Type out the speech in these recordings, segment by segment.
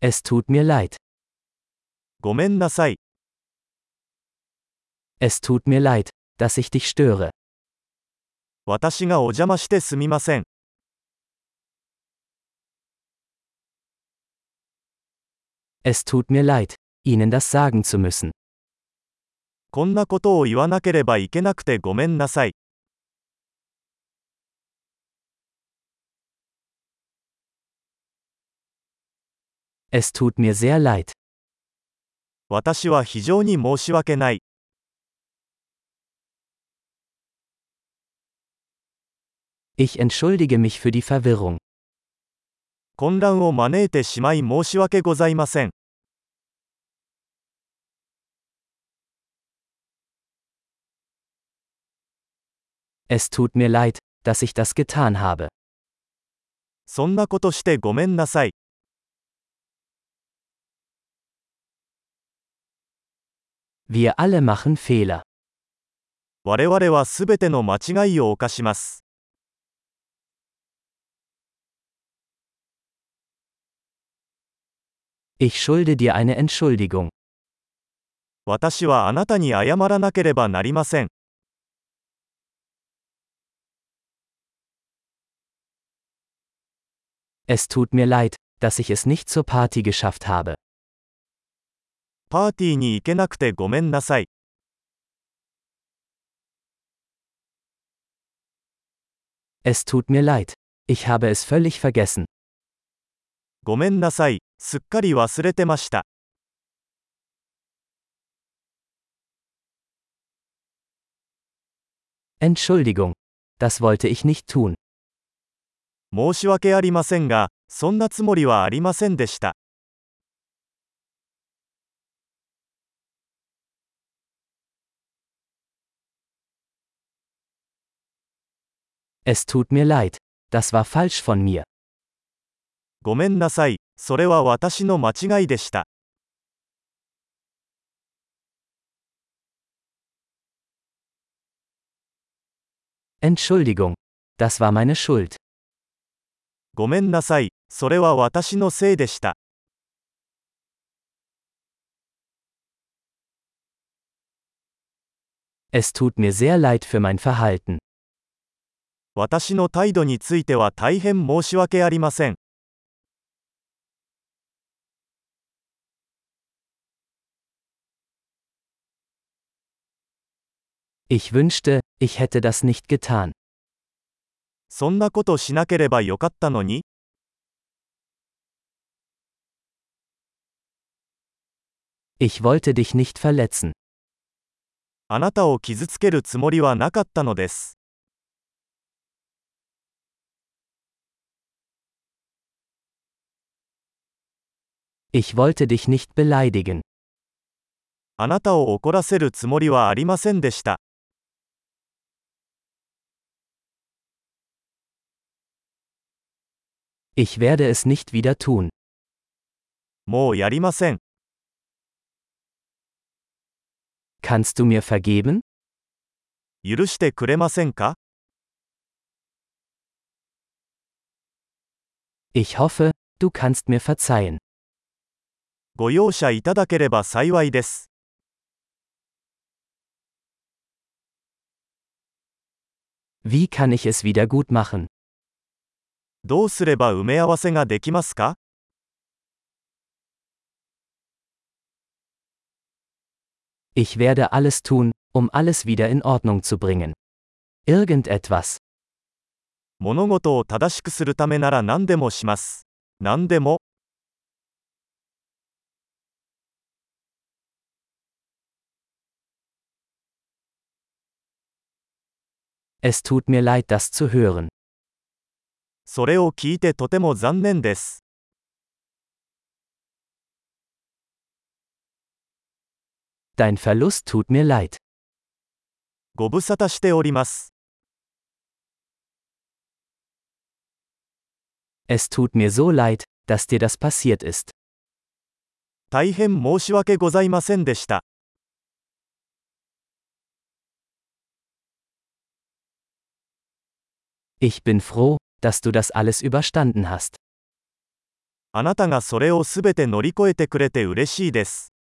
Es tut mir leid. ごめんなさい。 Es tut mir leid, dass ich dich störe. 私がお邪魔してすみません。 Es tut mir leid, Ihnen das sagen zu müssen. こんなことを言わなければいけなくてごめんなさい。 Es tut mir sehr leid. 私は非常に申し訳ない。 Ich entschuldige mich für die Verwirrung. 混乱を招いてしまい申し訳ございません。 Es tut mir leid, dass ich das getan habe. そんなことしてごめんなさい。 Wir alle machen Fehler. 我々はすべての間違いを犯します。 Ich schulde dir eine Entschuldigung. 私はあなたに謝らなければなりません。 Es tut mir leid, dass ich es nicht zur Party geschafft habe. パーティーに行けなくてごめんなさい。 Es tut mir leid. Ich habe es völlig vergessen. ごめんなさい。すっかり忘れてました。 Entschuldigung. Das wollte ich nicht tun. 申し訳ありませんが、そんなつもりはありませんでした。 Es tut mir leid. Das war falsch von mir. ごめんなさい。それは私の間違いでした。 Entschuldigung. Das war meine Schuld. ごめんなさい。それは私のせいでした。 Es tut mir sehr leid für mein Verhalten. 私の態度については大変申し訳ありません。 Ich wünschte, ich hätte das nicht getan. そんなことしなければよかったのに、 Ich wollte dich nicht verletzen. あなたを傷つけるつもりはなかったのです。 Ich wollte dich nicht beleidigen. あなたを怒らせるつもりはありませんでした。 Ich werde es nicht wieder tun. もうやりません。 Kannst du mir vergeben? 許してくれませんか Ich hoffe, du kannst mir verzeihen. ご容赦いただければ幸いです。 Wie kann ich es wieder gut machen? どうすれば埋め合わせができますか Ich werde alles tun, um alles wieder in Ordnung zu bringen. Irgendetwas. 物事を正しくするためなら何でもします。何でも、 Es tut mir leid, das zu hören. それを聞いてとても残念です。 Dein Verlust tut mir leid. ご無沙汰しております。 Es tut mir so leid, dass dir das passiert ist. 大変申し訳ございませんでした。 Ich bin froh, dass du das alles überstanden hast. あなたがそれをすべて乗り越えてくれて嬉しいです。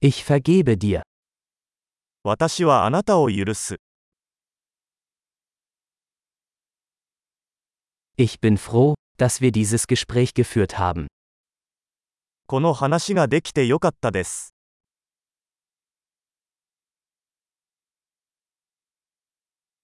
Ich vergebe dir. 私はあなたを許す。 Ich bin froh, dass wir dieses Gespräch geführt haben. この話ができてよかったです。